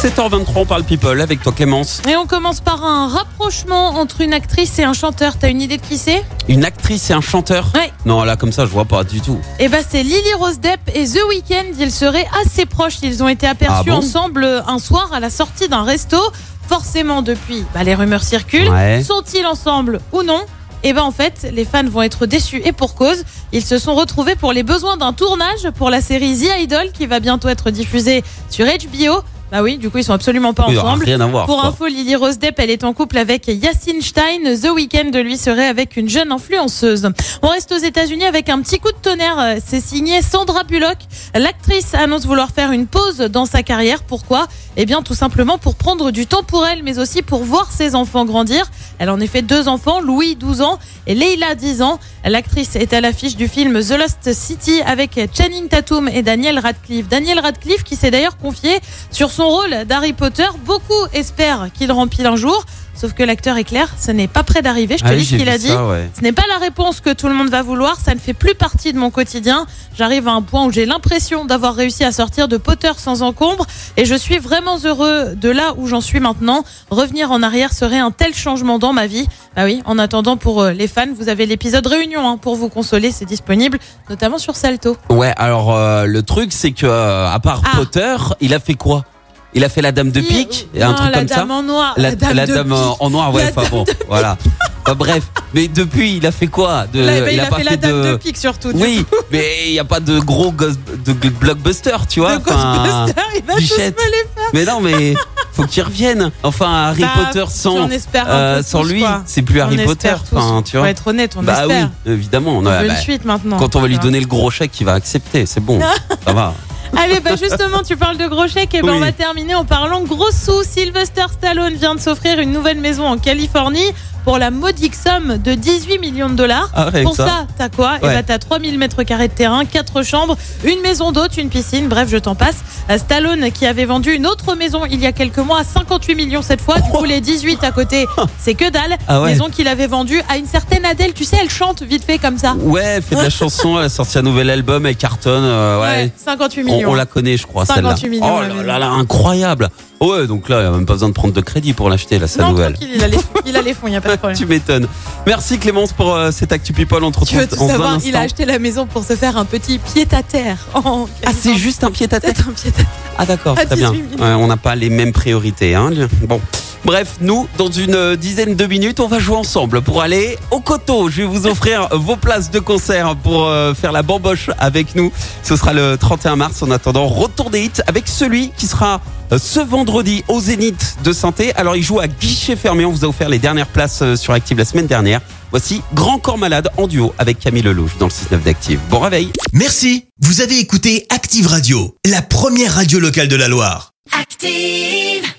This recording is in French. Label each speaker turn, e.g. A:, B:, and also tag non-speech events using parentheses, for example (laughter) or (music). A: 7h23, on parle people avec toi Clémence.
B: Et on commence par un rapprochement entre une actrice et un chanteur. T'as une idée de qui c'est
A: Une actrice et un chanteur
B: Ouais.
A: Non, là comme ça, je vois pas du tout.
B: Eh ben c'est Lily Rose Depp et The Weeknd. Ils seraient assez proches. Ils ont été
A: Ah
B: aperçus
A: bon
B: ensemble euh, un soir à la sortie d'un resto. Forcément depuis, bah, les rumeurs circulent.
A: Ouais.
B: Sont-ils ensemble ou non Eh ben en fait, les fans vont être déçus et pour cause. Ils se sont retrouvés pour les besoins d'un tournage pour la série The Idol qui va bientôt être diffusée sur HBO. Bah oui, du coup ils sont absolument pas
A: Il y aura
B: ensemble.
A: rien à voir.
B: Pour
A: quoi.
B: info, Lily Rose Depp, elle est en couple avec Yacine Stein. The Weeknd, lui, serait avec une jeune influenceuse. On reste aux États-Unis avec un petit coup de tonnerre. C'est signé Sandra Bullock. L'actrice annonce vouloir faire une pause dans sa carrière. Pourquoi Eh bien, tout simplement pour prendre du temps pour elle, mais aussi pour voir ses enfants grandir. Elle en a fait deux enfants, Louis, 12 ans, et Leila, 10 ans. L'actrice est à l'affiche du film The Lost City avec Channing Tatum et Daniel Radcliffe. Daniel Radcliffe qui s'est d'ailleurs confié sur son rôle d'Harry Potter. Beaucoup espèrent qu'il remplit un jour. Sauf que l'acteur est clair, ce n'est pas près d'arriver. Je te
A: Ah oui,
B: lis
A: j'ai
B: ce qu'il
A: vu
B: a dit.
A: ça, ouais.
B: Ce n'est pas la réponse que tout le monde va vouloir, ça ne fait plus partie de mon quotidien. J'arrive à un point où j'ai l'impression d'avoir réussi à sortir de Potter sans encombre et je suis vraiment heureux de là où j'en suis maintenant. Revenir en arrière serait un tel changement dans ma vie. Bah oui, en attendant pour euh, les fans, vous avez l'épisode Réunion hein, pour vous consoler, c'est disponible notamment sur Salto.
A: Ouais, alors euh, le truc c'est que euh, à part
B: Ah.
A: Potter, il a fait quoi Il a fait la dame de pique et un
B: Non,
A: truc
B: euh, la
A: comme ça.
B: dame en noir,
A: La, la
B: de
A: dame
B: pique.
A: en- en noir, ouais,
B: La
A: enfin
B: dame
A: (laughs) bon, voilà. Enfin, bref, mais depuis, il a fait quoi De-
B: Là, bah, il,
A: a
B: a,
A: pas
B: fait la dame
A: euh, de-
B: de, pique surtout. du
A: Oui, mais il n'y a pas de gros gosse- de blockbuster, tu
B: coup.
A: vois.
B: De
A: enfin,
B: Ghostbusters, il va tous me
A: Bichette.
B: les faire.
A: Mais non,
B: (laughs)
A: mais faut qu'il revienne. Enfin, Harry
B: Bah,
A: Potter sans,
B: J'en espère un
A: euh,
B: peu
A: sans
B: tous,
A: lui,
B: quoi.
A: c'est plus Harry
B: on
A: Potter.
B: espère tous.
A: Enfin, tu
B: Pour
A: vois.
B: être honnête, on
A: bah
B: espère.
A: oui, évidemment.
B: On
A: ouais,
B: veut
A: bah,
B: une suite maintenant.
A: quand on va lui
B: Voilà.
A: donner le gros chèque, il va accepter. C'est bon, ça va.
B: Allez, bah justement, tu parles de gros chèques, et ben
A: Oui.
B: on va terminer en parlant gros sous. Sylvester Stallone vient de s'offrir une nouvelle maison en Californie pour la modique somme de 18 millions de dollars.
A: Ah, rien que
B: Pour
A: ça.
B: ça, t'as quoi Eh
A: Ouais.
B: ben, t'as 3000 mètres carrés de terrain, 4 chambres, une maison d'hôte, une piscine, bref, je t'en passe. Euh, Stallone qui avait vendu une autre maison il y a quelques mois à 58 millions cette fois, du coup les 18 à
A: (laughs)
B: côté, c'est que dalle.
A: Ah ouais.
B: Maison qu'il avait vendue à une certaine Adèle, tu sais, elle chante vite fait comme ça.
A: Ouais, elle fait de la chanson, elle a sorti un nouvel album, elle cartonne. euh, ouais.
B: 58
A: On,
B: millions.
A: on la connaît, je crois, celle-là.
B: 58 millions,
A: Oh
B: la
A: là
B: maison.
A: là là, incroyable. Ouais, donc là, il a même pas besoin de prendre de crédit pour l'acheter, là, sa
B: non,
A: nouvelle.
B: tranquille, il a les, il a les fonds, il n'y
A: (laughs)
B: a pas de problème.
A: tu m'étonnes. Merci Clémence pour euh, cette Actu People. On te
B: Tu veux
A: retrouve
B: tout
A: dans un
B: savoir,
A: instant.
B: il a acheté la maison pour se faire un petit pied-à-terre. En
A: Ah, c'est juste un pied à tête.
B: peut-être un pied-à-terre.
A: Ah d'accord,
B: À
A: très bien.
B: 18 minutes.
A: Ouais, on n'a pas les mêmes priorités. Hein. Bon. Bref, nous, dans une euh, dizaine de minutes, on va jouer ensemble pour aller au coteau. Je vais vous offrir (laughs) vos places de concert pour euh, faire la bamboche avec nous. Ce sera le 31 mars. En attendant, retour des hits avec celui qui sera euh, ce vendredi au Zénith de Santé. Alors, il joue à guichet fermé. On vous a offert les dernières places euh, sur Active la semaine dernière. Voici Grand Corps Malade en duo avec Camille Lelouch dans le 6-9 d'Active. Bon réveil
C: Merci, vous avez écouté Active Radio, la première radio locale de la Loire.
D: active.